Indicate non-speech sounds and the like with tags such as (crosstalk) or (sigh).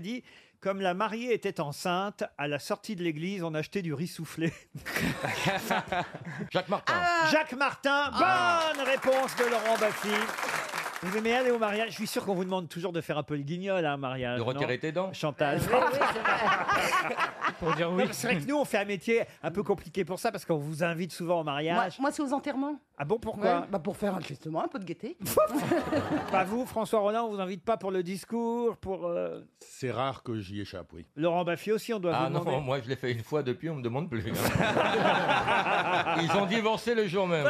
dit Comme la mariée était enceinte, à la sortie de l'église, on achetait du riz soufflé. Jacques Martin. Ah. Jacques Martin, bonne réponse de Laurent Baffy. Vous aimez aller au mariage Je suis sûr qu'on vous demande toujours de faire un peu le guignol à un mariage. De retirer non tes dents. Euh, Chantal. (laughs) Pour dire oui. C'est vrai que nous, on fait un métier un peu compliqué pour ça parce qu'on vous invite souvent au Moi, mariage. moi, c'est aux enterrements. Ah bon, pourquoi Ouais, bah pour faire justement un peu de gaieté. Pas vous, François Rollin, on vous invite pas pour le discours, pour. euh, C'est rare que j'y échappe, oui. Laurent Baffy aussi, on doit Ah vous non, demander. moi je l'ai fait une fois depuis, on me demande plus. hein. (laughs) Ils ont divorcé le jour même.